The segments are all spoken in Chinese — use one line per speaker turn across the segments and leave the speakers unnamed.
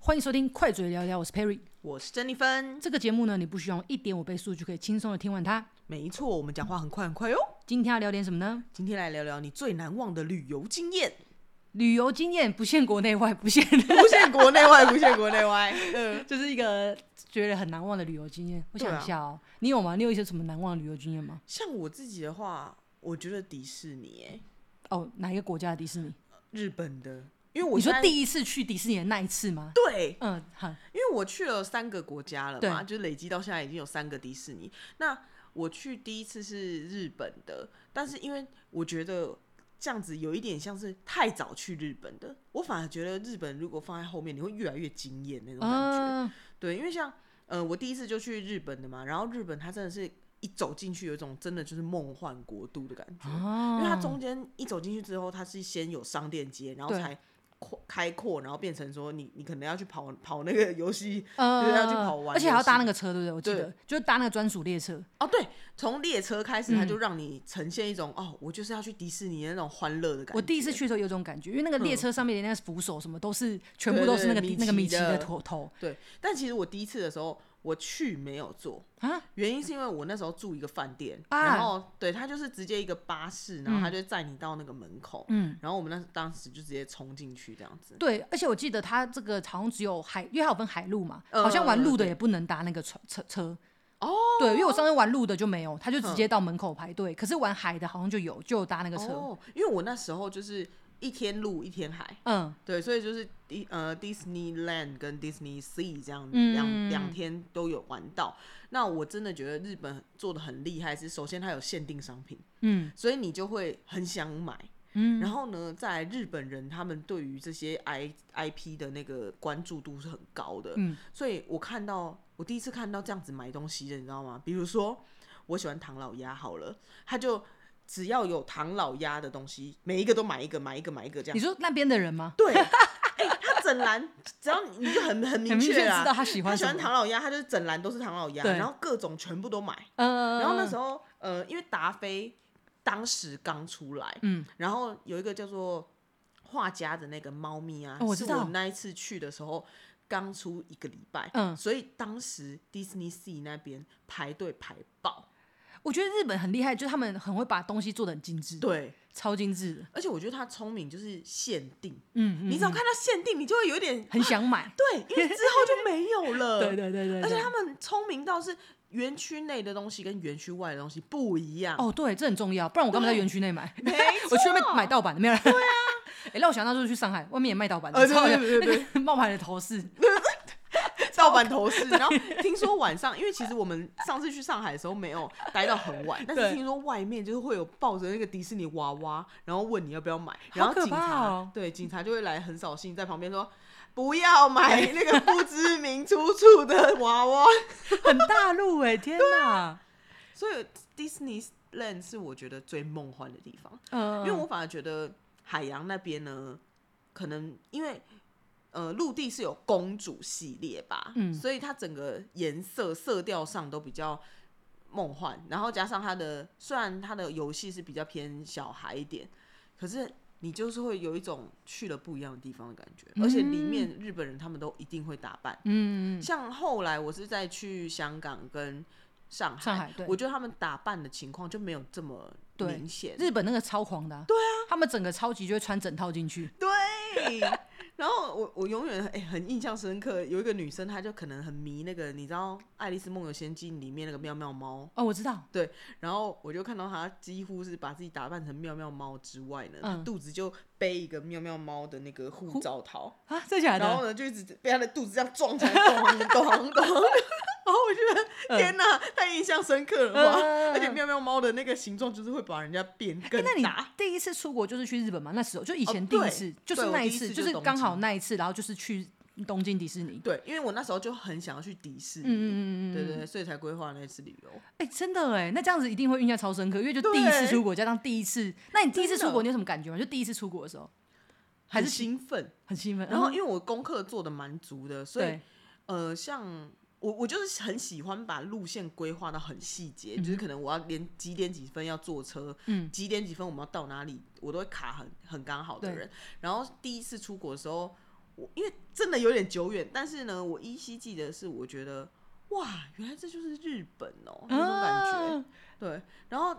欢迎收听《快嘴聊聊》，我是 Perry。
我是珍妮芬。
这个节目呢，你不需要用一点五倍速就可以轻松的听完它。
没错，我们讲话很快很快哟。哦
今天要聊点什么呢？
今天来聊聊你最难忘的旅游经验，
旅游经验不限国内外，不限，
不限国内外，不限国内 外。嗯，
就是一个觉得很难忘的旅游经验。我想一下哦，
啊
你有吗？你有一些什么难忘的旅游经验吗？
像我自己的话，我觉得迪士尼、欸，
哦，哪一个国家的迪士尼？
日本的，因为我
你说
现在
第一次去迪士尼的那一次吗？
对，
嗯，好，
因为我去了三个国家了嘛，
对
就是累积到现在已经有三个迪士尼。那我去第一次是日本的，但是因为我觉得这样子有一点像是太早去日本的，我反而觉得日本如果放在后面，你会越来越惊艳那种感觉。
嗯，
对，因为像呃，我第一次就去日本的嘛，然后日本它真的是一走进去有一种真的就是梦幻国度的感觉，因
哦
为它中间一走进去之后，它是先有商店街，然后
对
才扩开阔，然后变成说你你可能要去跑跑那个游戏就是要去跑
呃，
玩
而且还要搭那
游戏
个车，对不对？我记得就是搭那个专属列车，
哦，对，从列车开始，它
嗯
就让你呈现一种、哦，我就是要去迪士尼的那种欢乐的感觉。
我第一次去的时候有种感觉，因为那个列车上面的那个扶手什么都是全部
对
都
对
是那个
米
迪
奇
那个米奇的
的
头头
对，但其实我第一次的时候，我去没有坐，
啊，
原因是因为我那时候住一个饭店，
啊
然后对他就是直接一个巴士，然后他就载你到那个门口，
嗯，
然后我们那当时就直接冲进去这样子。
对，而且我记得它这个好像只有海，因为它有分海陆嘛，
嗯
好像玩陆的
对
也不能搭那个车车车。哦，对，因为我上次玩陆的就没有，他就直接到门口排队。可是玩海的好像就有，就有搭那个车。
嗯哦，因为我那时候就是一天路一天海，
嗯，
对，所以就是迪呃 Disneyland 跟 Disney Sea 这样
嗯
两两天都有玩到。那我真的觉得日本做的很厉害，是首先它有限定商品，
嗯，
所以你就会很想买。嗯，然后呢，在日本人他们对于这些 I I P 的那个关注度是很高的，
嗯，
所以我看到我第一次看到这样子买东西的，你知道吗？比如说我喜欢唐老鸭，好了，他就只要有唐老鸭的东西，每一个都买一个，买一个，买一个这样
你。说那边的人吗？
对，哎、他整篮只要你你就很很
很
明
明确
确
知
啦，
道他喜
他
欢
喜
什么。
欢唐老鸭，他就是整篮都是唐老鸭，
对
然后各种全部都买。
嗯，
然后那时
候，
候呃，因为达菲当时刚出来，
嗯，
然后有一个叫做画家的那个猫咪啊，
哦我
是
知道
我那一次去的时候。刚出一个礼拜，
嗯
所以当时 Disney Sea 那边排队排爆，
我觉得日本很厉害，就是他们很会把东西做的很精致，
对，
超精致的。
而且我觉得他聪明，就是限定，
嗯，嗯
你只要看到限定，你就会有点
很想买。
对，因为之后就没有了，
对对对对
呃而且
对。
他们聪明到是园区内的东西跟园区外的东西不一样。
哦，对，这很重要，不然我干嘛在园区内买？
啊没
我去外面买盗版的，没有 人。对啊。哎、让我想到就是去上海，外面也卖盗版的，
呃
超
对对对对
那个冒牌的头饰，
盗
哦
版头饰，然后听说晚上，因为其实我们上次去上海的时候没有待到很晚，但
对
是听说外面就是会有抱着那个迪士尼娃娃，然后问你要不要买，然后
可
警
怕
察、
哦
对警察就会来很扫兴，在旁边说不要买那个不知名出处的娃娃。
很大陆哎、天哪！
啊所以 Disneyland 是我觉得最梦幻的地方。
嗯、
因为我反而觉得海洋那边呢，可能因为呃陆地是有公主系列吧，
嗯
所以它整个颜色色调上都比较梦幻，然后加上它的虽然它的游戏是比较偏小孩一点，可是。你就是会有一种去了不一样的地方的感觉，而且里面日本人他们都一定会打扮。
嗯嗯，嗯
像后来我是在去香港跟上海，
上海对
我觉得他们打扮的情况就没有这么
对
明显。
日本那个超狂的、对啊，他们整个超级就会穿整套进去，
对， 然后我我永远哎、很印象深刻，有一个女生，她就可能很迷那个，你知道《爱丽丝梦游仙境》里面那个妙妙猫，
哦，我知道，
然后我就看到她几乎是把自己打扮成妙妙猫之外呢，
嗯
她肚子就背一个妙妙猫的那个护照套，
啊，真的假
然后
的？
呢就一直被她的肚子这样撞起来，咚咚 咚。然后我觉得天哪，太印象深刻了吧！
嗯哎
而且妙妙猫的那个形状就是会把人家变更
那你
大，
第一次出国就是去日本吗？那时候就以前
哦
第一
对
次，就是
对我
那
第一
次，
次
就
就是东
刚
京
好那一次，然后就是去东京迪士尼。
对，因为我那时候就很想要去迪士尼，
嗯嗯嗯嗯嗯
对对对，所以才规划那次旅游。
哎、真的哎，那这样子一定会印象超深刻，因为就第一次
对
出国，加上第一次，那你第一次
真的
出国你有什么感觉吗？就第一次出国的时候，还
很
是
兴奋，
很兴奋，嗯
然后因为我功课做的蛮足的，所以
对，
呃，像我我就是很喜欢把路线规划到很细节，就是可能我要连几点几分要坐车，
嗯，
几点几分我们要到哪里，我都会卡很很刚好的
对
人。然后第一次出国的时候，我因为真的有点久远，但是呢，我依稀记得是我觉得哇，原来这就是日本哦、那种感觉。
啊
对，然后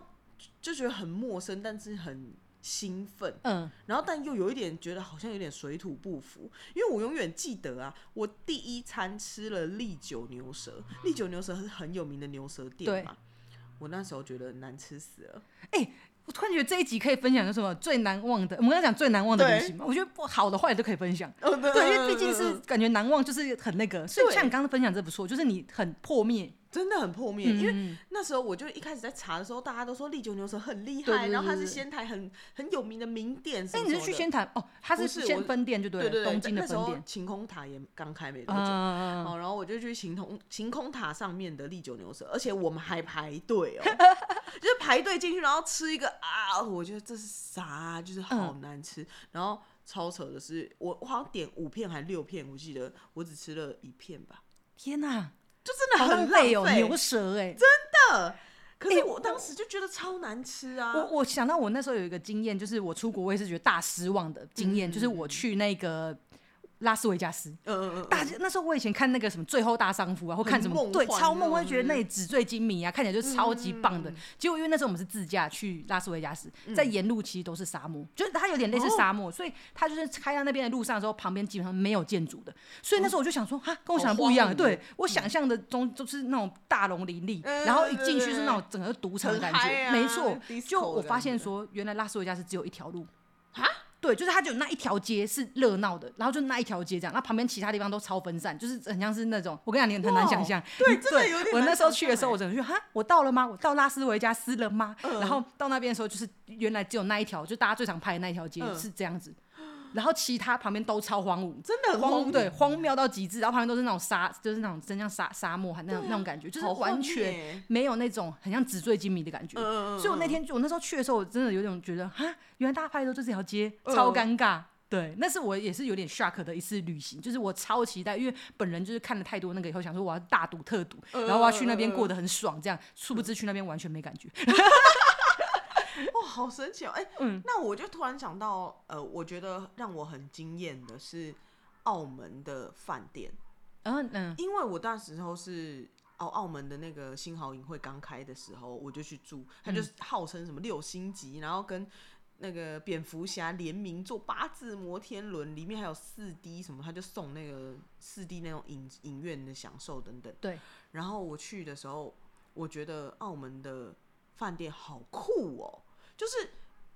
就觉得很陌生，但是很兴奋，
嗯，
然后但又有一点觉得好像有点水土不服，因为我永远记得啊，我第一餐吃了利久牛舌，利久牛舌是很有名的牛舌
对
店嘛，我那时候觉得难吃死了，
我突然觉得这一集可以分享有什么最难忘的，我们刚才讲最难忘的
对
东西嘛，我觉得不好的坏的都可以分享。
哦、对
对，嗯因为毕竟是感觉难忘，就是很那个，所以
对
像你刚刚分享这不错，就是你很破灭，
真的很破灭，因为
嗯，
那时候我就一开始在查的时候，大家都说利久牛舌很厉害，
对对对
然后它
对
是
对
仙台很很有名的名店什
那
么
你
什么
是
的，
去仙台哦，它是
不是
先
我
分店就对
对
了，
对对，
东京的
那时
分
候
店，
晴空塔也刚开没多久。
嗯，
哦，然后我就去晴空晴空塔上面的利久牛舌，而且我们还排队 哦，就是排队进去，然后吃一个啊，我觉得这是啥啊、就是好
嗯
难吃。然后超扯的是，我我好像点五片还六片，我记得我只吃了一片吧，
天哪，
就真的
好浪
很
费
浪
哦，
费
牛舌哎，
可
哎
是我当时就觉得超难吃啊，
我我想到我那时候有一个经验，就是我出国我也是觉得大失望的经验，就是我去那个拉斯维加斯。
嗯嗯嗯嗯，
大家那时候我以前看那个什么《最后大丈夫》啊，或看什
很
么
梦
对
幻
超
那
梦幻，
种
觉得
嗯
那里纸醉金迷啊，看起来就是超级棒的。结果因为那时候我们是自驾去拉斯维加斯，在沿路其实都是沙漠，就是它有点类似
嗯哦
沙漠，所以它就是开到那边的路上的时候，旁边基本上没有建筑的。所以那时候我就想说，哈，跟我想的不一样。
嗯荒芜
对我想象的中就是那种大龙林立，
嗯
然后
对
一
对
进去
对
是那种整个赌场的
很
感觉，
嗨啊
没错。
disco
就我
的
发
感
现
觉
说，原来拉斯维加斯只有一条路
哈。
对，就是它只有那一条街是热闹的，然后就那一条街这样，那旁边其他地方都超分散，就是很像是那种，我跟你讲，你很难
哇哦
想象。
对真的有点
我
难
那时候
想
去的
象
时候，
欸
我整个就哈，我到了吗？我到拉斯维加斯了吗？然
嗯
后到那边的时候，就是原来只有那一条，就大家最常拍的那一条街
嗯
是这样子，然后其他旁边都超荒芜，
真的很
荒
荒
芜
芜欸
对荒谬到极致，然后旁边都是那种沙，就是那种真像沙沙漠，还那种、那种感觉，就是
啊好荒
完全
野
没有那种很像纸醉金迷的感觉。
嗯嗯嗯
所以我那天我那时候去的时候，我真的有种觉得哈，原来大家拍的都这条街，
嗯
超尴尬。对，那是我也是有点 shock 的一次旅行，就是我超期待，因为本人就是看了太多那个以后，想说我要大赌特赌，
嗯
然后我要去那边过得很爽，这样，殊不知去那边完全没感觉。
哇，好神奇哦！哎、那我就突然想到，呃，我觉得让我很惊艳的是澳门的饭店，
然后嗯，
因为我那时候是澳澳门的那个新豪影会刚开的时候，我就去住，它就是号称什么六星级，然后跟。那个蝙蝠侠联名做八字摩天轮，里面还有四 D 什么，他就送那个四 D 那种影影院的享受等等。
对，
然后我去的时候，我觉得澳门的饭店好酷哦，就是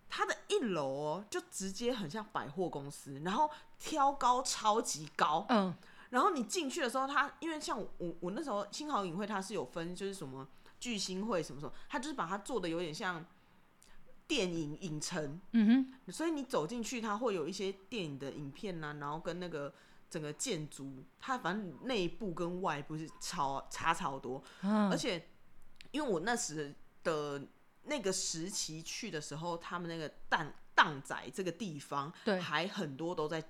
它的一楼哦，就直接很像百货公司，然后挑高超级高，
嗯，
然后你进去的时候它，因为像我我我那时候新豪影会它是有分就是什么巨星会什么什么，它就是把它做的有点像电影影城，
嗯
所以你走进去，它会有一些电影的影片呐、然后跟那个整个建筑，它反正内部跟外部是超差超多。
哼，啊
而且因为我那时的那个时期去的时候，他们那个蛋蛋仔这个地方，
对
还很多都在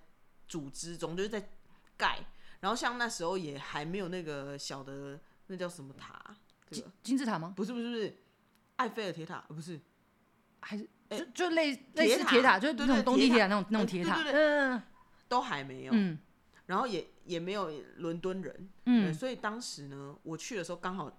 组织中，就是在盖。然后像那时候也还没有那个小的那叫什么塔，这个
金字塔吗？
不是不是不是埃菲尔铁塔，呃不是
还是
哎
就就类类似
铁塔
铁塔，就是
对
那种
对
东京
铁
铁
塔
塔那种那种
嗯
铁
对
塔，
对
嗯
都还没有。
嗯
然后也也没有伦敦人，对
嗯
所以当时呢，我去的时候刚好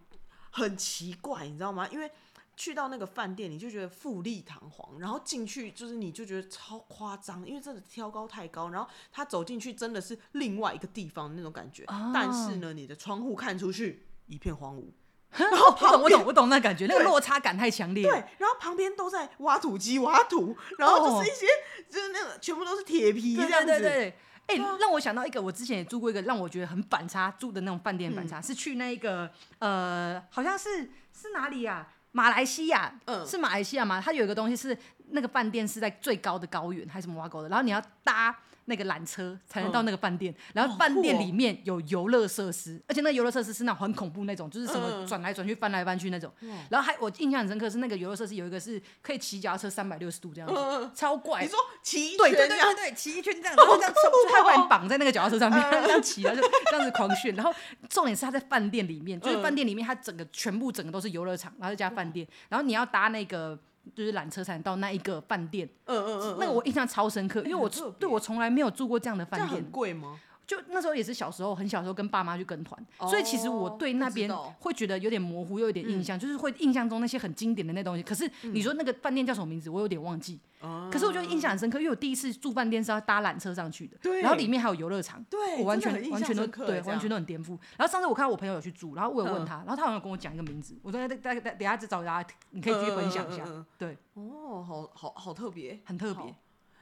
很奇怪，你知道吗？因为去到那个饭店，你就觉得富丽堂皇，然后进去就是你就觉得超夸张，因为真的挑高太高，然后他走进去真的是另外一个地方那种感觉，
啊
但是呢，你的窗户看出去一片荒芜，
嗯，我懂我懂我懂那感觉，那个落差感太强烈
对
了。，
然后旁边都在挖土机挖土，然后就是一些、就是那个全部都是铁皮这样子，
哦对
啊
对对对。哎、让我想到一个，我之前也住过一个让我觉得很反差住的那种饭店反
嗯
差，是去那一个呃，好像是是哪里呀、马来西亚，
嗯
是马来西亚吗？它有一个东西是那个饭店是在最高的高原还是什么挖沟的，然后你要搭那个缆车才能到那个饭店，然后
哦
饭店
嗯酷哦
里面有游乐设施，而且那个游乐设施是那种很恐怖那种，就是什么
嗯
转来转去、翻来翻去那种。然后还我印象很深刻是那个游乐设施有一个是可以骑脚踏车三百六十度这样子，
嗯嗯嗯
超怪
你
的。
说骑一
对
圈
对
这
对
样
对对，骑一圈这样，然后这样 冲，就他把你绑在那个脚踏车上面，
嗯
这样骑，然后就这样子狂炫。然后重点是他在饭店里面，就是
嗯
饭店里面，它整个全部整个都是游乐场，然后再加饭店，然后你要搭那个。就是缆车才能到那一个饭店，
嗯嗯嗯，
那个
嗯
我印象超深刻，因为我
很特别
对我从来没有住过这样的
这样
饭店
很，贵吗？
就那时候也是小时候，很小时候跟爸妈去跟团，所以其实我
哦
对
不
那
知
边
道嗯
会觉得有点模糊，又有点印象，就是会印象中那些很经典的那东西。可是你说那个饭店叫什么名字，我有点忘记。
哦
可是我就印象很深刻，因为我第一次住饭店是要搭缆车上去的，
对
然后里面还有游乐场。
对，
我完
真的
全
很印
完
象
全都
深刻
对，
耶这
完全
样
都很颠覆。然后上次我看到我朋友有去住，然后我有问
嗯
他，然后他好像跟我讲一个名字，我说哎等等等等下再找大家，你可以继续分享一下
嗯嗯嗯。嗯
对，
哦，好好好特别，
很特别
好。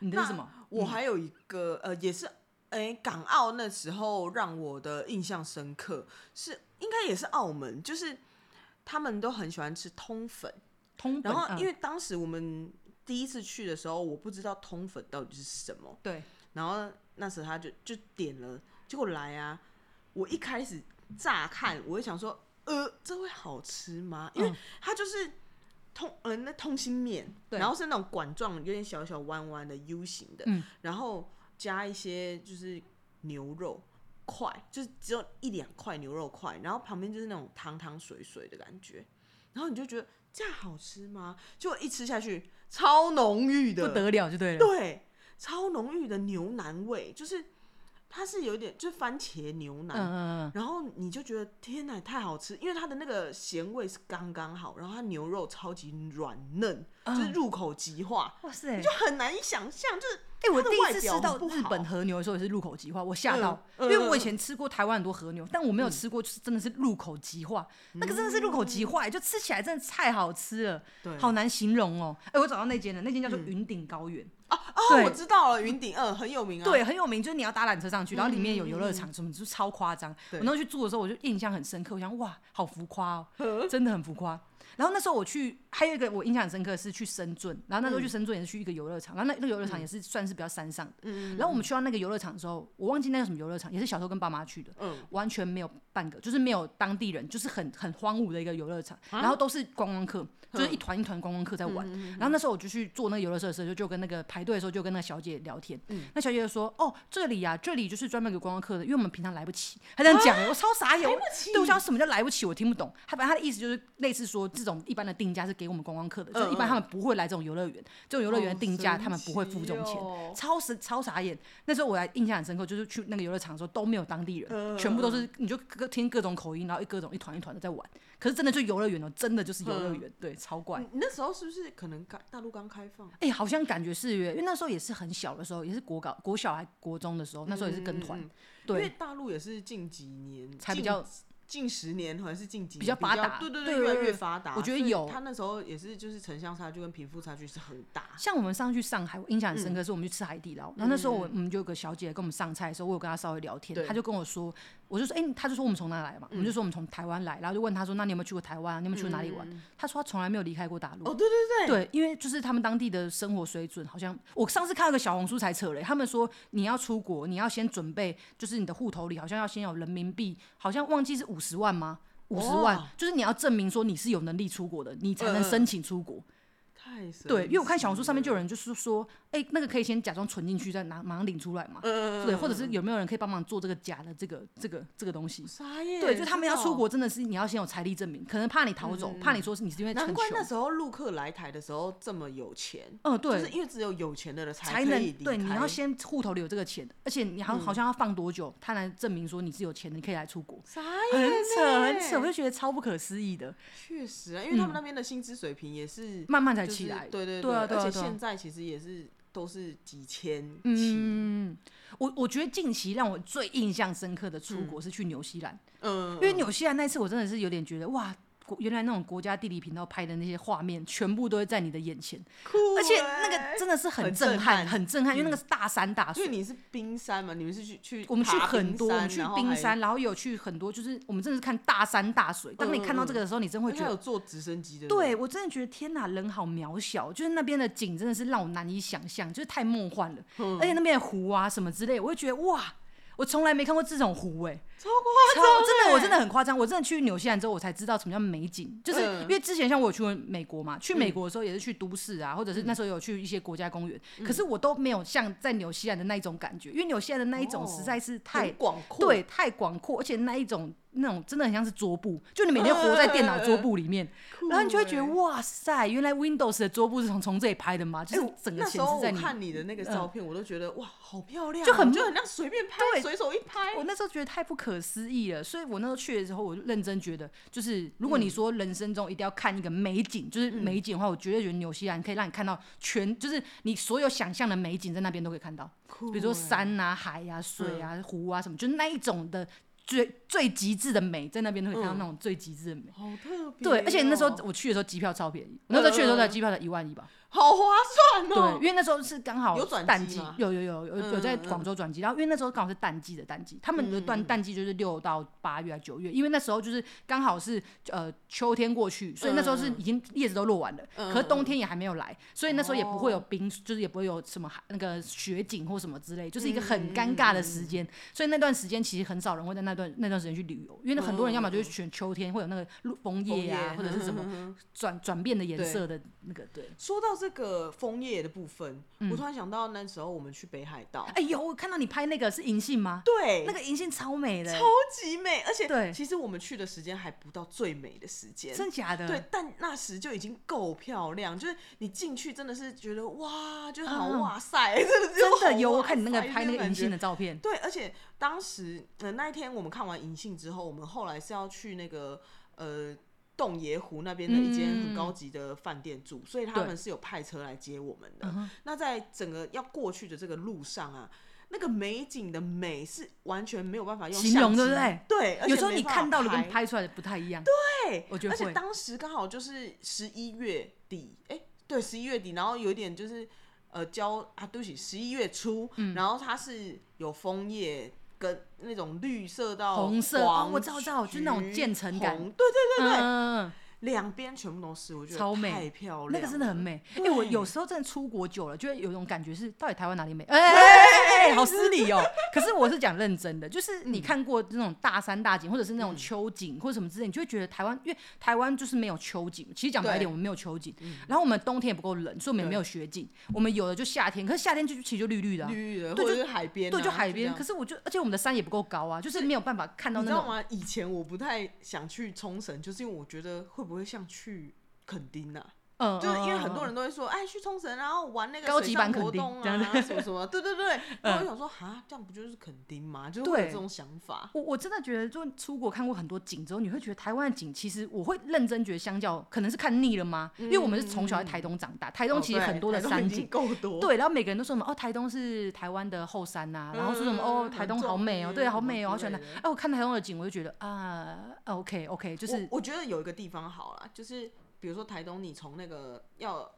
你的是
那
什么？
我还有一个呃，也是哎、港澳那时候让我的印象深刻，是应该也是澳门，就是他们都很喜欢吃通粉，
通本。
然后
嗯
因为当时我们第一次去的时候，我不知道通粉到底是什么，
对，
然后那时候他就就点了，结果来啊，我一开始乍看我会想说，呃，这会好吃吗？因为
嗯
它就是通呃那通心面，
对
然后是那种管状，有点小小弯弯的 U 型的，
嗯
然后加一些就是牛肉。块就是只有一两块牛肉块，然后旁边就是那种汤汤水水的感觉，然后你就觉得这样好吃吗？结果一吃下去超浓郁的，
不得了就对了。
对，超浓郁的牛腩味，就是它是有点就是番茄牛
嗯
腩，
嗯嗯
然后你就觉得天哪，太好吃，因为它的那个咸味是刚刚好，然后它牛肉超级软嫩，就是入口即化，
嗯，哇塞！
就很难以想象，就是
哎、我
它的
第一
外
次
表
吃到
很不
日本
好
和牛的时候也是入口即化，我吓到，
嗯嗯
因为我以
嗯
前吃过台湾很多和牛，但我没有吃过，就是真的是入口即化，那个真的是入口即化、就吃起来真的太好吃了，
嗯对嗯
好难形容哦。哎、我找到那间了，那间叫做云顶高原，
哦，
对
我知道了，云顶二很有名啊，嗯
对，很有名，就是你要搭缆车上去，然后里面有游乐场什么，就超夸张。我
对
那时候去住的时候，我就印象很深刻，我想哇，好浮夸哦， 真的很浮夸。然后那时候我去，还有一个我印象很深刻是去深圳，然后那时候
嗯
去深圳也是去一个游乐场，然后那那个游乐场也是算是比较山上的。
嗯
然后我们去到那个游乐场的时候，我忘记那个什么游乐场，也是小时候跟爸妈去的，
嗯
完全没有半个，就是没有当地人，就是很很荒芜的一个游乐场，
啊
然后都是观光
嗯
客，就是一团一团观光客在玩。然后那时候我就去坐那个游乐设施的时候，就跟那个排队的时候就跟那个小姐聊天，
嗯
那小姐就说：“哦，这里啊，这里就是专门给观光客的，因为我们平常来不起。”她这样讲、
啊
欸，我超傻眼，我对，我想什么叫来不起，我听不懂。她反正她的意思就是类似说，这种一般的定价是给我们观光客的，就是一般他们不会来这种游乐园，这种游乐园
嗯好
定价
哦神
他们不会付这种
奇
钱。
哦
超时超傻眼。那时候我还印象很深刻，就是去那个游乐场的时候都没有当地人，
嗯
全部都是你就各听各种口音，然后一各种一团一团的在玩。可是真的就游乐园哦，真的就是游
嗯
乐园，对，超怪。
你那时候是不是可能刚大陆刚开放？
哎、好像感觉是耶，因为那时候也是很小的时候，也是国高、国小还国中的时候，那时候也是跟团，
嗯嗯嗯因为
对，
大陆也是近几年
才比
近
较
近十年还是近几年
比较发达
对对
对
越来
对
越
对
发达。
我觉得
所以
有
他那时候也是就是城乡差距跟贫富差距是很大。
像我们上次去上海，我印象很深
嗯
刻，是我们去吃海底捞，然后那时候我我们就有个小姐跟我们上菜的时候，我有跟她稍微聊天
对，嗯
她就跟我说，我就说，哎、她就说我们从哪来嘛，我们就说我们从台湾来，然后就问她说，那你有没有去过台湾啊？你有没有去过哪里玩？她说她从来没有离开过大陆。
嗯哦，对对对，
对，因为就是他们当地的生活水准，好像我上次看到个小红书才扯嘞，他们说你要出国，你要先准备，就是你的户头里好像要先有人民币，好像忘记是五十万吗？五十万，
哇
就是你要证明说你是有能力出国的，你才能
嗯
申请出国。
太神奇了。
对，因为我看小红书上面就有人就是说，哎、那个可以先假装存进去，再拿马上领出来嘛。
呃嗯
对，或者是有没有人可以帮忙做这个假的这个这个这个东西？
傻眼，
对，就是他们要
真的
出
哦。嗯
国，真的是你要先有财力证明，可能怕你逃走，怕你说是你是因为
难
很
怪
穷
那。时候陆客来台的时候这么有钱，
嗯，
就
对，
是因为只有有钱的人
才
可
能
以离
对，你
开嗯
要先户头里有这个钱，而且你好好像要放多久，他来证明说你是有钱的，你可以来出国，
傻
很
眼
扯很
欸
扯，我就觉得超不可思议的，
确实啊，因为他们那边的薪资水平也是
慢慢才
就是
起来。
对对
对啊对啊
而且
对啊
现在其实也是都是几千起，
嗯，我我觉得近期让我最印象深刻的出国是去纽西兰，
嗯
因，为纽西兰那次我真的是有点觉得哇。国原来那种国家地理频道拍的那些画面，全部都会在你的眼前，
酷
而且
欸
那个真的是
很
震
震
撼，
撼嗯
很震撼，因为那个是大山大
因
水
为。你是冰山嘛，你们是去去
啊我们去
爬
很
冰
多，我们
山
去
然后
冰
还
山，然后有去很多，就是我们真的是看大山大水。当你看
嗯
到这个的时候，你真会
而且
觉
还有
得，
坐直升机的，
对，我真的觉得天哪，人好渺小，就是那边的景真的是让我难以想象，就是太
嗯
梦幻了。而且那边的湖啊什么之类，我会觉得哇，我从来没看过这种湖哎、 超真的，
欸
我真的很夸张。我真的去纽西兰之后，我才知道什么叫美景，就是
嗯
因为之前像我有去过美国嘛，去美国的时候也是去都市啊，或者是那时候有去一些国家公园，
嗯
可是我都没有像在纽西兰的那一种感觉，因为纽西兰的那一种实在是太
很广阔，
对，太广阔，而且那一种那种真的很像是桌布，就你每天活在电脑桌布里面，
酷欸，
然后你就会觉得哇塞，原来 Windows 的桌布是从从这里拍的吗？就
哎
是
我
整个
那时
显
候
示在
我
你。嗯
看你的那个照片，我都觉得哇，好漂亮哦，
就很
就很像随便拍，
对哦
随手一拍，
我那时候觉得太不可思议了，所以我那时候去的时候，我就认真觉得，就是如果你说人生中一定要看一个美景，就是美景的话，我绝对觉得纽西兰可以让你看到全，就是你所有想象的美景在那边都可以看到，
酷
比如说
欸，
山啊、海啊、水啊、湖啊什么，就是那一种的最最极致的美，在那边都可以看到那种最极致的美。
好特别哦，
对，而且那时候我去的时候机票超便宜，我那时候去的时候的机票才一万一吧。
好划算
对
哦，，
因为那时候是刚好
有转机
淡季
吗，
有有有有有在
嗯嗯嗯嗯
广州转机，然后因为那时候刚好是淡季的淡季，他们的淡淡季就是六到八月、九月，因为那时候就是刚好是呃秋天过去，所以那时候是已经叶子都落完了，
嗯
可是冬天也还没有来，所以那时候也不会有
哦
冰，就是也不会有什么海那个雪景或什么之类，就是一个
嗯
很尴尬的时间，所以那段时间其实很少人会在那段那段时间去旅游，因为很多人要么
哦
就是选秋天会有那个露枫叶啊，或者是什么
么。
转转变的颜
对
色的那个对。
说到这个枫叶的部分，我突然想到那时候我们去北海道，
嗯哎呦，我看到你拍那个是银杏吗？
对，
那个银杏超美的、欸
超级美，而且
对
其实我们去的时间还不到最美的时间，
真假的？
对，，但那时就已经够漂亮，就是你进去真的是觉得哇，就是好
嗯
哇塞， 真的是
真
好
的有，
哇
我看你那个
塞
拍那个
种
银杏
感觉。
的照片，
对，而且当时呃那一天我们看完银杏之后，我们后来是要去那个呃洞爷湖那边的一间
嗯
很高级的饭店住，所以他
对
们是有派车来接我们的
嗯。哼
那在整个要过去的这个路上啊，那个美景的美是完全没有办法用
形
相
容对
机
不对？
对，而
有
且
时候
没
你
办
看
法
到的
拍
跟拍出来的不太一样。对，
对，
我觉得
而且
会
当时刚好就是十一月底，哎、对，十一月底，然后有一点就是呃交啊，对不起，十一月初，
嗯
然后它是有枫叶。跟那种绿色到
红色
黄
哦我知道我知道就是那种
橘
渐层感
红对对对对，
嗯，
两边全部都是，我觉得
超美
太漂亮了，
那个真的很美。因
对
为我有时候真的出国久了，就会有一种感觉是，到底台湾哪里美？哎哎，哎好失礼哦。可是我是讲认真的，
嗯
就是你看过那种大山大景，或者是那种秋景或者什么之类，你就会觉得台湾，因为台湾就是没有秋景。其实讲白一
对嗯
点，我们没有秋景，然后我们冬天也不够冷，所以我们也没有雪景。我们有的就夏天，可是夏天就其实就绿绿的啊，
绿绿的，
对
或者
就是
海边啊、
对，就海
这
边。
样
可是我就，而且我们的山也不够高啊，就是没有办法看到
你
那
知道
种。
吗？以前我不太想去冲绳，就是因为我觉得会不会像去垦丁啊？
嗯，
就是因为
嗯
很
嗯
多。
嗯
人都会说，哎，去冲绳，然后玩那个
高
水
级
上
版
活
垦丁
动
这
啊，
样嗯
什么什么，对 对对。然后我想说，哈，这样不就是垦丁吗？就是会有
对
这种想法。
我我真的觉得，就出国看过很多景之后，你会觉得台湾的景，其实我会认真觉得，相较可能是看腻了吗？因为我们是从小在台东长大，台东其实
哦对
很多的
台东
山
已经
景。
够多。
对，然后每个人都说什么哦，台东是台湾的后山呐、然后说什么、
嗯
哦，台东好美哦，对，好美哦，好喜欢台。哎、我看台东的景，我就觉得啊，OK OK，就
就是我我觉得有一个地方好啦，就是比如说台东，你从那个要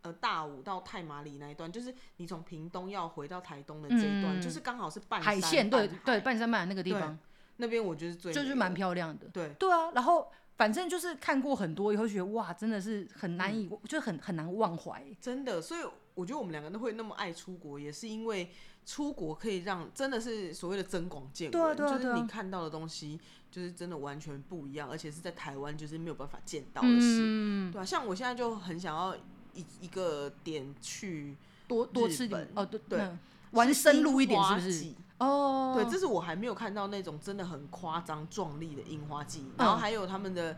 呃大武到太麻里那一段，就是你从屏东要回到台东的这一段，
嗯
就是刚好是半
海
山
线，对
半海
对，半山半海那个地
对
方，
那边我觉得是最
就是
美的
蛮漂亮的。
对，
对啊，然后反正就是看过很多以后，觉得哇，真的是很难
嗯
以，就是很很难忘怀。
真的，所以我觉得我们两个都会那么爱出国，也是因为出国可以让真的是所谓的增广见闻，
对啊对啊
就是
对啊
你看到的东西就是真的完全不一样，而且是在台湾就是没有办法见到的事，
嗯
对啊，像我现在就很想要一一个点去
多多
日
吃点
本
哦，对
对
嗯玩深入一点是不
樱花
是？
季
哦，
对，这是我还没有看到那种真的很夸张壮丽的樱花
嗯
季，然后还有他们的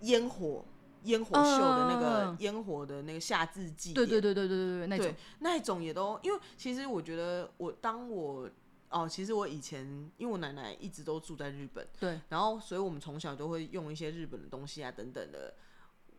烟火烟火秀的那个
嗯
烟火的那个夏至祭
对
典
对对对对对对那
对，
种
那一种也都，因为其实我觉得我当我哦，其实我以前因为我奶奶一直都住在日本，
对，
然后所以我们从小都会用一些日本的东西啊等等的，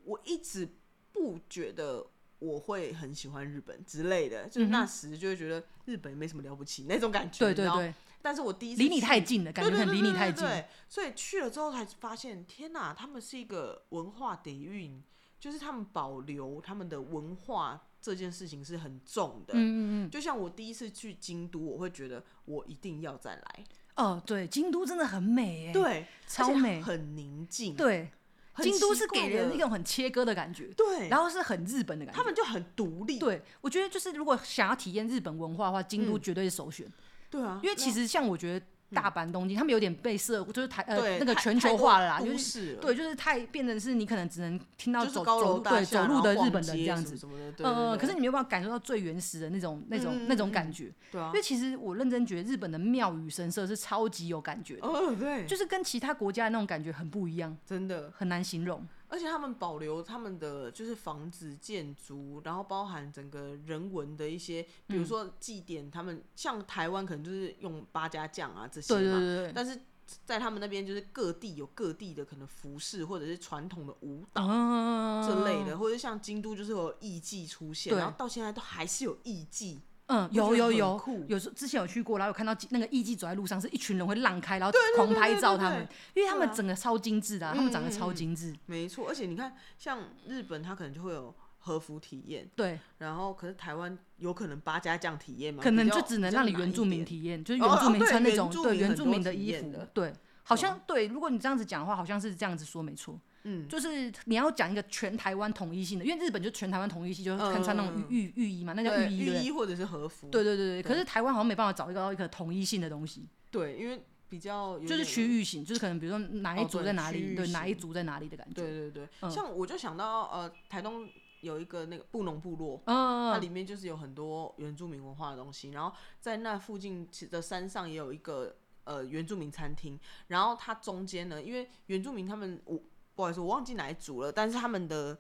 我一直不觉得。我会很喜欢日本之类的，就
嗯
是
哼
那时就会觉得日本也没什么了不起那种感觉，
对
你知
对
道
对，
但是我第一次
离你
去
太近了，感
对
觉
对
很
对
离
对
你
对
太
对
近。
所以去了之后才发现，天哪，他们是一个文化底蕴，就是他们保留他们的文化这件事情是很重的。
嗯嗯嗯，
就像我第一次去京都，我会觉得我一定要再来，
哦，对，京都真的很美哎，，
对，
超
而且
美
很宁静，
对，
很
京都
奇
是
怪
给人
的
一种很切割的感觉，
对，
然后是很日本的感
他
觉。
们就很独立，
对，我
嗯
觉得就是如果想要体验日本文化的话，京都绝对是首选。
对啊，
因为其
实
实像我觉得大阪、东京，他们有点被社就是台呃
嗯对，
那个
太
全
太
球
多
化了啦，就
都
是
市了，
对，就是太变成是你可能只能听到
就是
走
高
走
楼
路
大
对
厦，
走路的
然后
日本
逛
人这
街
样
什
子
么，什么的，对对
呃，
对
可是你没有办法感受到最原始的那种那种那种感觉，
对啊
因，为其实我认真觉得日本的庙宇神社是超级有感觉的，
哦对，
就是跟其他国家的那种感觉很不一样，
真的，
很难形容。
而且他们保留他们的就是房子、建筑，然后包含整个人文的一些，比
嗯
如说祭典，他们像台湾可能就是用八家将啊这些嘛，
对对对对，
但是在他们那边就是各地有各地的可能服饰或者是传统的舞蹈。
嗯
这类的，或者像京都就是有艺伎出现，
对
然后到现在都还是有艺伎，
嗯，有
我觉
有
得很
有
酷，
有时候之前有去过，然后有看到几那个艺伎走在路上，是一群人会浪开，然后狂拍照他们，因为他们
对啊嗯
整个超精致的啊，他们长得超精致，
没错。而且你看，像日本它可能就会有和服体验，
对，
然后可是台湾有可能八家将体验嘛，
可能
比较
就只能让你原住民，体验，就是
哦
原住
哦
民
对
穿那
原
种
住
对
民
原
很
住
多
民的
体
衣
验
服
的，
对，好像对。如果你这样子讲的话，好像是这样子说没错，
比较难一点嗯，
就是你要讲一个全台湾统一性的，因为日本就全台湾统一性，就是看穿那种
嗯
浴浴浴衣嘛，那叫
对
浴衣，对不对
衣或者是和服，
对对对对。可是台湾好像没办法找一个一个统一性的东西，
对，因为比较有
就是
点
区域型，就是可能比如说哪一
哦
组
对
在哪
区
里，
域
对
型
哪一组在哪里的感觉，
对对对，
嗯
像我就想到呃，台东有一个那个布农部落，它
嗯，
里面就是有很多原住民文化的东西，然后在那附近其的山上也有一个呃原住民餐厅，然后它中间呢，因为原住民他们我不好意思，我忘记哪一组了，但是他们的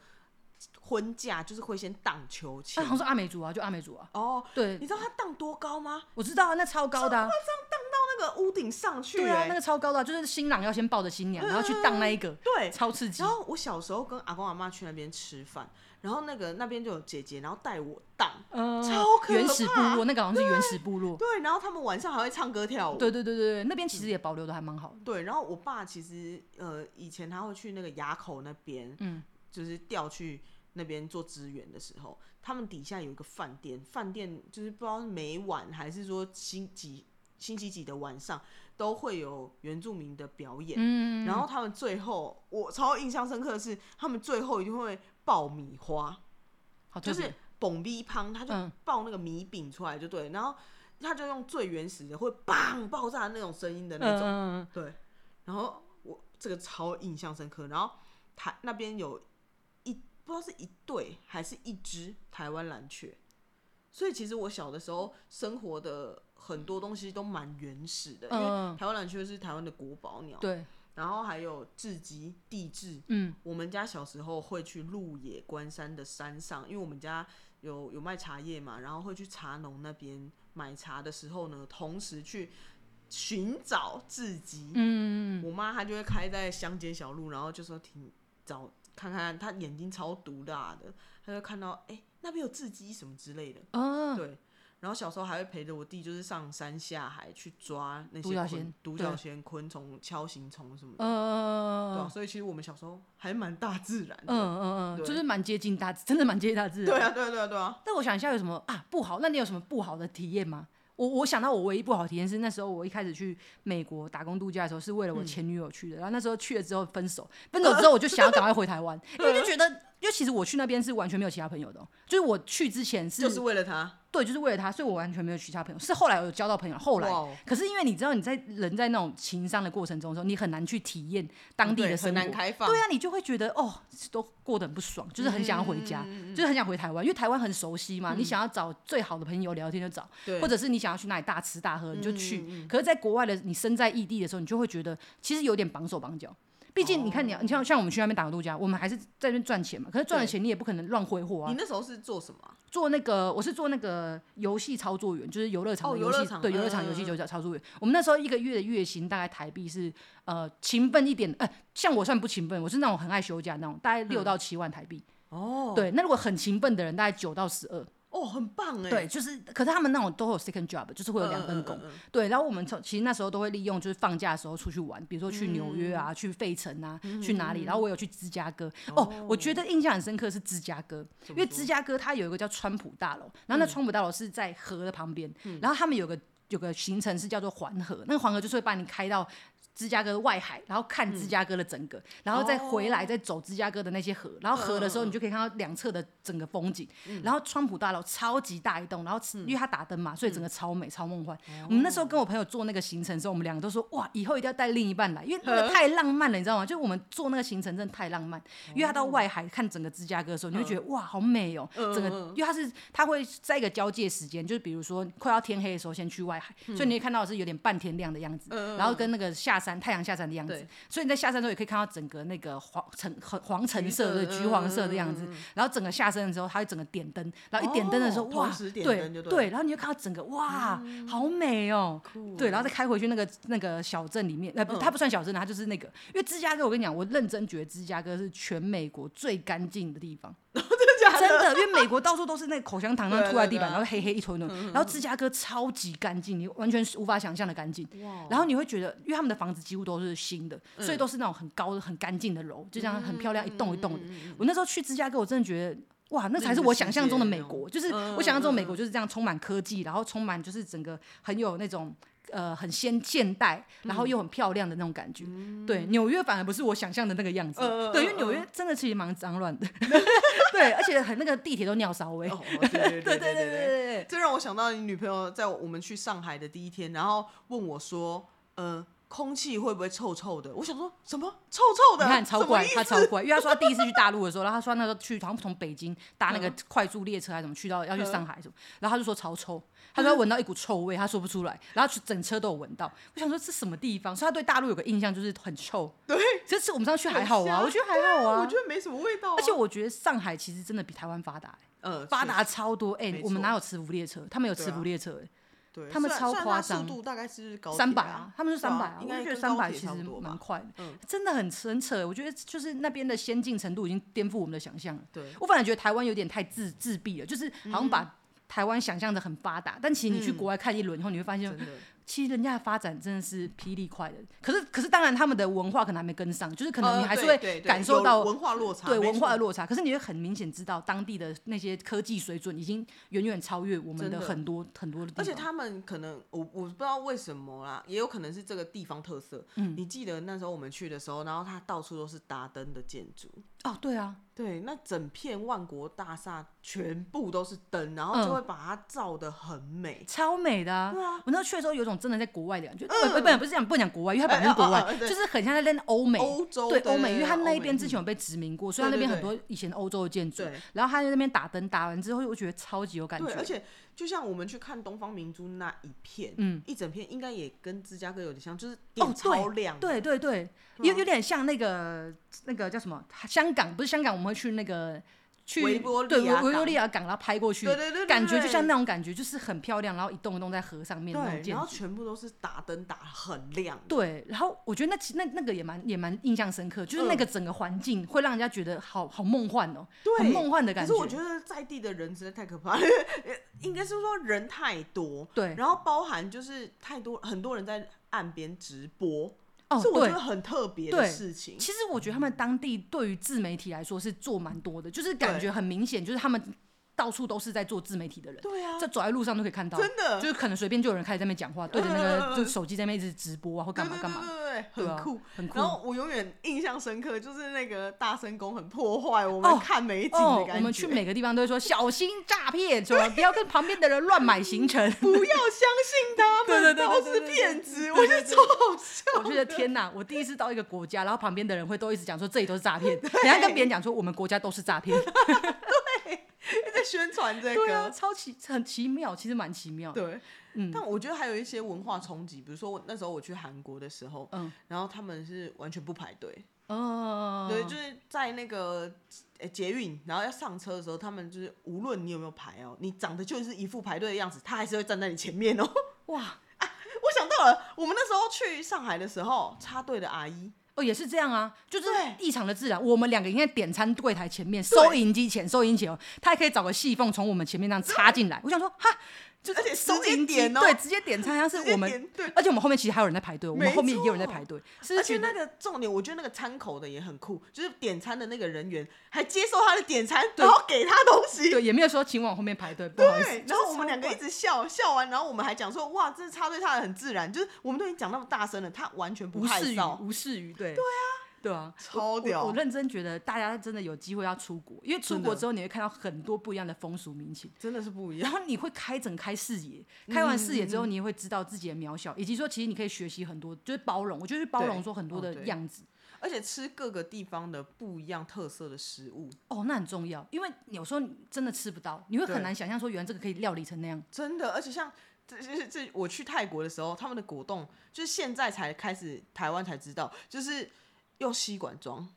婚嫁就是会先荡秋
那
千
好。像是阿美族啊，就阿美族啊，
哦，
对
你，知道它荡多高吗？
我知道啊，那超高的啊，
那个屋顶上去、
对啊，
欸嗯
那个超高的啊，就是新郎要先抱着新娘，然后去荡那一个，
对，
超刺激
然。后我小时候跟阿公阿妈去那边吃饭，然后那个那边就有姐姐，然后带我荡，
呃
超可怕
原始部落，那个好像是原始部落。
对，然后他们晚上还会唱歌跳舞，
对对对对对，那边其实也保留的还蛮好的。
对然后我爸其实呃以前他会去那个垭口那边，
嗯，
就是调去那边做支援的时候，他们底下有一个饭店，饭店就是不知道是每晚还是说星几星期几的晚上都会有原住民的表演，
嗯，
然后他们最后我超印象深刻的是，他们最后一定会爆米花。
好哦特
就
别，
是蹦逼胖，他就
嗯
爆那个米饼出来就对，然后他就用最原始的会砰爆炸那种声音的那种，
嗯，
对。然后我这个超印象深刻，然后台那边有一不知道是一对还是一只台湾蓝雀，所以其实我小的时候生活的很多东西都蛮原始的，因
嗯
为台湾蓝雀是台湾的国宝鸟，
对，
然后还有雉鸡、地质，
嗯，
我们家小时候会去鹿野关山的山上，因为我们家有有卖茶叶嘛，然后会去茶农那边买茶的时候呢，同时去寻找自己。嗯，我妈她就会开在乡间小路，然后就说挺找看看，她眼睛超毒辣的，啊她就看到哎、那边有自己什么之类的，
啊，
对。然后小时候还会陪着我弟，就是上山下海去抓那些
独角
昆
仙
独
对
角仙、昆虫、锹形虫什么的。对啊，
呃，
所以其实我们小时候还蛮大自然
嗯
的。
嗯嗯，
对
就是蛮接近大自，真的蛮接近大自
对
然。
啊，对啊，对啊，对啊。
但我想一下有什么啊不好？那你有什么不好的体验吗？我我想到我唯一不好的体验是那时候我一开始去美国打工度假的时候是为
嗯
了我前女友去的，然后那时候去了之后分手，分手之后我就想要赶快回台湾，因为就觉得，因为其实我去那边是完全没有其他朋友的哦、就是我去之前是
就是为了他，
对，就是为了他，所以我完全没有其他朋友。是后来我有交到朋友，后来
哇哦，
可是因为你知道你在人在那种情商的过程中的时候，你很难去体验当地
嗯对
的生
很
活，
难开放。
对啊，你就会觉得哦，都过得很不爽，就是很想要回
嗯
家，就是很想回台湾，因为台湾很熟悉嘛。你想要找最好的朋友聊天就找，
对嗯
或者是你想要去哪里大吃大喝你就去。可是，在国外的你身在异地的时候，你就会觉得其实有点绑手绑脚。毕竟你看你，你像像我们去那边打工度假，我们还是在那边赚钱嘛。可是赚了
哦对
钱，你也不可能乱挥霍啊
你。那时候是做什么啊？
做那个我是做那个游戏操作员，就是游乐场
哦
的
游
游戏、
乐场
对
嗯
游乐场
嗯
游戏
嗯
就叫操作员。我们那时候一个月的月薪大概台币是呃勤奋一点，呃像我算不勤奋，我是那种很爱休假那种，大概六到七万台币。
哦，
对，那如果很勤奋的人，大概九到十二。
哦，很棒哎。
对，就是可是他们那种都有 second job，就是会有
嗯
两份工。
嗯嗯嗯
对，然后我们从其实那时候都会利用，就是放假的时候出去玩，比如说去纽约
嗯
啊，去费城啊，去哪里？然后我有去芝加哥。哦，我觉得印象很深刻是芝加哥，因为芝加哥它有一个叫川普大楼，然
嗯
后那川普大楼是在河的旁边，然后他们有个有个行程是叫做环河，那个环河就是会把你开到。芝加哥外海，然后看芝加哥的整个，然后再回来再走芝加哥的那些河，然后河的时候你就可以看到两侧的整个风景。然后川普大楼超级大一栋，然后因为它打灯嘛，所以整个超美、超梦幻。我们那时候跟我朋友做那个行程的时候，我们两个都说哇，以后一定要带另一半来，因为那个太浪漫了，你知道吗？就我们做那个行程真的太浪漫，因为它到外海看整个芝加哥的时候，你会觉得哇，好美哦，整个因为它是它会在一个交界时间，就是比如说快要天黑的时候先去外海，所以你会看到是有点半天亮的样子，然后跟那个下山太阳下山的样子
对，
所以你在下山的时候也可以看到整个那个黄橙黄黄橙色的
橘色嗯
橘黄色的样子，然后整个下山的时候它会整个点灯，然后一点灯的时候
哦
哇
同时，点
对
灯就对嗯
对，然后你就看到整个哇，好美哦，对，然后再开回去那个那个小镇里面，呃，
嗯
不，它不算小镇啊，它就是那个，因为芝加哥，我跟你讲，我认真觉得芝加哥是全美国最干净的地方。真的，因为美国到处都是那个口香糖，那样吐在地板，
对啊对啊
然后黑黑一坨一坨。然后芝加哥超级干净，你完全是无法想象的干净。然后你会觉得，因为他们的房子几乎都是新的，
嗯
所以都是那种很高的、很干净的楼，就这样很漂亮，一栋一栋的。我那时候去芝加哥，我真的觉得。哇，那才是我想象中的美国，就是
嗯
我想象中的美国就是这样，充满科技，然后充满就是整个很有那种呃很先现代，然
嗯
后又很漂亮的那种感觉。对，纽约反而不是我想象的那个样子。
嗯嗯
对，因为
嗯
纽约真的其实蛮脏乱的，对，而且很那个地铁都尿骚味。
哦， 对对对对
对
对
对
对。
对
这让我想到你女朋友在我们去上海的第一天，然后问我说：“呃，空气会不会臭臭的？”我想说什么臭臭
对，
的？
你看超
呃什么
怪
意，思
他超怪，因为他说他第一次去大陆的时候，然后他说他那时候去好像从北京搭那个
嗯
快速列车还是怎么去到要去上海什么，然后他就说超臭，他说他闻到一股臭味，他说不出来，然后整车都有闻到。我想说这什么地方，所以他对大陆有个印象就是很臭。
对，
这次我们上去还好
很
啊，
瞎
我觉得还好
啊我
啊
觉。得没什么味道啊、
而且我觉得上海其实真的比台湾发达欸、
呃，
发
确
达
实
超多。哎、
没
我们
错
哪有磁浮列车？他们有
对
磁
啊
浮列车、欸，
对，
他们
虽然
超
虽然
夸
它速
张
度大概是高铁
三百
啊
啊，，他们是
对
三
啊
百啊，
应
我
该
就觉得
跟
三
高
百
铁
其
差
实
不多
蛮
吧。
快的，
嗯
真的很很扯欸。我觉得就是那边的先进程度已经颠覆我们的想象了。
对，
我反而觉得台湾有点太自自闭了，就是好像把台湾想象的很发达，但其实你去
嗯
国外看一轮以后，你会发现
真，的
其实人家的发展真的是霹雳快的。可是可是当然他们的文化可能还没跟上，就是可能你还是
呃
会
对对对
感受
有
到
文化落差，
对
没
文化的
错
落差，可是你会很明显知道当地的那些科技水准已经远远超越我们
真
的
的
很多很多的地方。
而且他们可能我我不知道为什么啦，也有可能是这个地方特色。
嗯
你记得那时候我们去的时候，然后它到处都是打灯的建筑，
哦，对啊，
对，那整片万国大厦全部都是灯，然后
嗯
就会把它照得很美。
超美的、啊。
对啊嗯
我那时候去的时候有种真的在国外的感觉，呃不不不是讲不能讲国外，因为它本身是国外，
哎哦哦哦对
就是很像在练欧美。
欧洲
对
对
欧美，因为它
对对
那一边
欧美嗯
之前有被殖民过，所以它那边很多以前欧洲的建筑
对，
然后他在那边打灯，打完之后我觉得超级有感
对，而
觉。
且就像我们去看东方明珠那一片，
嗯，哦
一整片应该也跟芝加哥有点像，就是点
对
超亮的、
对对对，
对
有
啊
有点像那个那个叫什么？香港不是香港，我们会去那个去
维多利
对维维
亚
多
港
利亚港，然后拍过去，
对对对对
感觉就像
对
那种感觉，就是很漂亮，然后一栋一栋在河上面那种
对，
建
然后
筑。
全部都是打灯打很亮的。
对，然后我觉得那其那那个也蛮也蛮印象深刻，就是那
嗯
个整个环境会让人家觉得好好梦幻哦，很
对
梦幻的感
可是我觉
得
得在地的人实在太可怕了，呃应该是说人太多，
对，
然后包含就是太多很多人在岸边直播，
哦
是我觉
对
得。很特别
对
的事情。
其实我觉得他们当地对于自媒体来说是做蛮多的，就是感
对
觉很明显，就是他们到处都是在做自媒体的人，
对啊
这，走在路上都可以看到，
真的
就是可能随便就有人开始在那边讲话，对着那
嗯嗯
个
嗯
就手机在那边一直直播啊，或干嘛
对
干嘛
对，对对
对
对，
啊
很酷。
很酷
然。后我永远印象深刻，就是那个大声公很破坏我们看美景的
哦
感，觉。
我们去每个地方都会说小心诈骗，什么不要跟旁边的人乱买行程。
不要相信他
对对
们
对
都
对对对
是
对
骗子，我觉得超好笑
我
的。
觉得天哪！我第一次到一个国家，然后旁边的人会都一直讲说这里都是诈骗，等一下跟别人讲说我们国家都是诈骗，
啊一直在宣传这
对啊，
个，
超奇很奇妙，其实蛮奇妙的。
对，
嗯
但我觉得还有一些文化冲击，比如说我那时候我去韩国的时候，
嗯
然后他们是完全不排队，
哦，
对，就是在那个呃捷运，然后要上车的时候，他们就是无论你有没有排哦，你长得就是一副排队的样子，他还是会站在你前面哦。
哇，
我想到了，我们那时候去上海的时候，插队的阿姨，
哦也是这样啊，就是
对
异常的自然。我们两个应该点餐柜台前面收银机前收银前哦，他还可以找个细缝从我们前面这样插进来。我想说哈，就
而且
直
时
接
间
集
点哦
对，直接点餐，像是
直接
我们，
点对，
而且我们后面其实还有人在排队，我们
没
后面也有人在
错
排队，是
而
觉
且
得
那个重点，我觉得那个餐口的也很酷，就是点餐的那个人员还接受他的点餐，
对
然后给他东西。
对，也没有说请往后面排队，不好意思
对，，
就
然后
是
我们
超
两个一
怪
直笑笑完，然后我们还讲说，哇，这插队插的很自然，就是我们都已经讲那么大声了，他完全不
无
害
视于
臊，
无视于对对啊对啊，
超
我
屌
我，认真觉得大家真的有机会要出国，因为出
真
国
的
之后你会看到很多不一样的风俗民情，
真的是不一
然
样。
后你会开整开视野，
嗯
开完视野之后，你也会知道自己的渺小，以及说其实你可以学习很多，就是包容，我就是包容
对
说很多
哦
的
对
样子。
而且吃各个地方的不一样特色的食物，
哦，那很重要，因为有时候你真的吃不到，你会很
对
难想象说原来这个可以料理成那样。
真的，而且像这这这，我去泰国的时候，他们的果冻就是现在才开始，台湾才知道，就是用吸管装。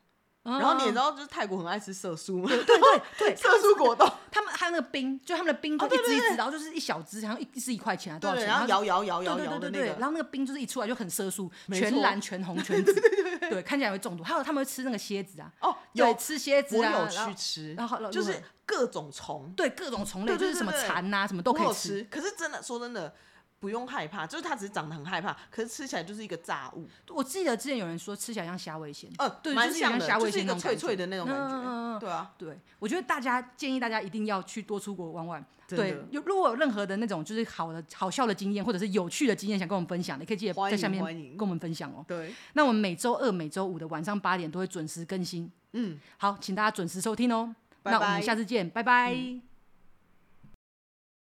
然
然后你也知道，就是泰国很爱吃色素嘛，
嗯对对对，
色素果 冻，
他们还有那个冰，就他们的
哦
冰就一支一支，然后就是一小支，好像一是一块钱啊，多少
对，
钱？
然后
它是
摇摇摇摇
对
摇
对
的
对对
那
对，然
个，
后那个冰就是一出来就很色素，
没
全
错
蓝、全红、全 紫，对，看起来会中毒。还有他们会吃那个蝎子啊，
哦，
对，
有
吃蝎子
我
啊，
有
然
去
后
吃，
然后
就
如
是
何
各种虫
对各种虫类，
对对
就是什么
对对
蚕啊，什么都
都
可以
有。吃，可是真的说真的。不用害怕，就是它只是长得很害怕，可是吃起来就是一个炸物，
我记得之前有人说吃起来像虾味鲜，
呃，
对
蛮
就是
像
像
的，
虾
就
味
是一
鲜
个
那种
脆
感
脆的那种感
嗯嗯嗯
觉，
嗯
对啊，
对，我觉得大家建议大家一定要去多出国玩玩。
真
对
的，
有如果有任何的那种就是好的、好笑的经验，或者是有趣的经验，想跟我们分享的，可以记得
欢
在下
迎
面
欢迎
跟我们分享哦。
对，
那我们每周二、每周五的晚上八点都会准时更新。
嗯，
好，请大家准时收听哦。
拜
那我
拜
们下次见，拜拜。
嗯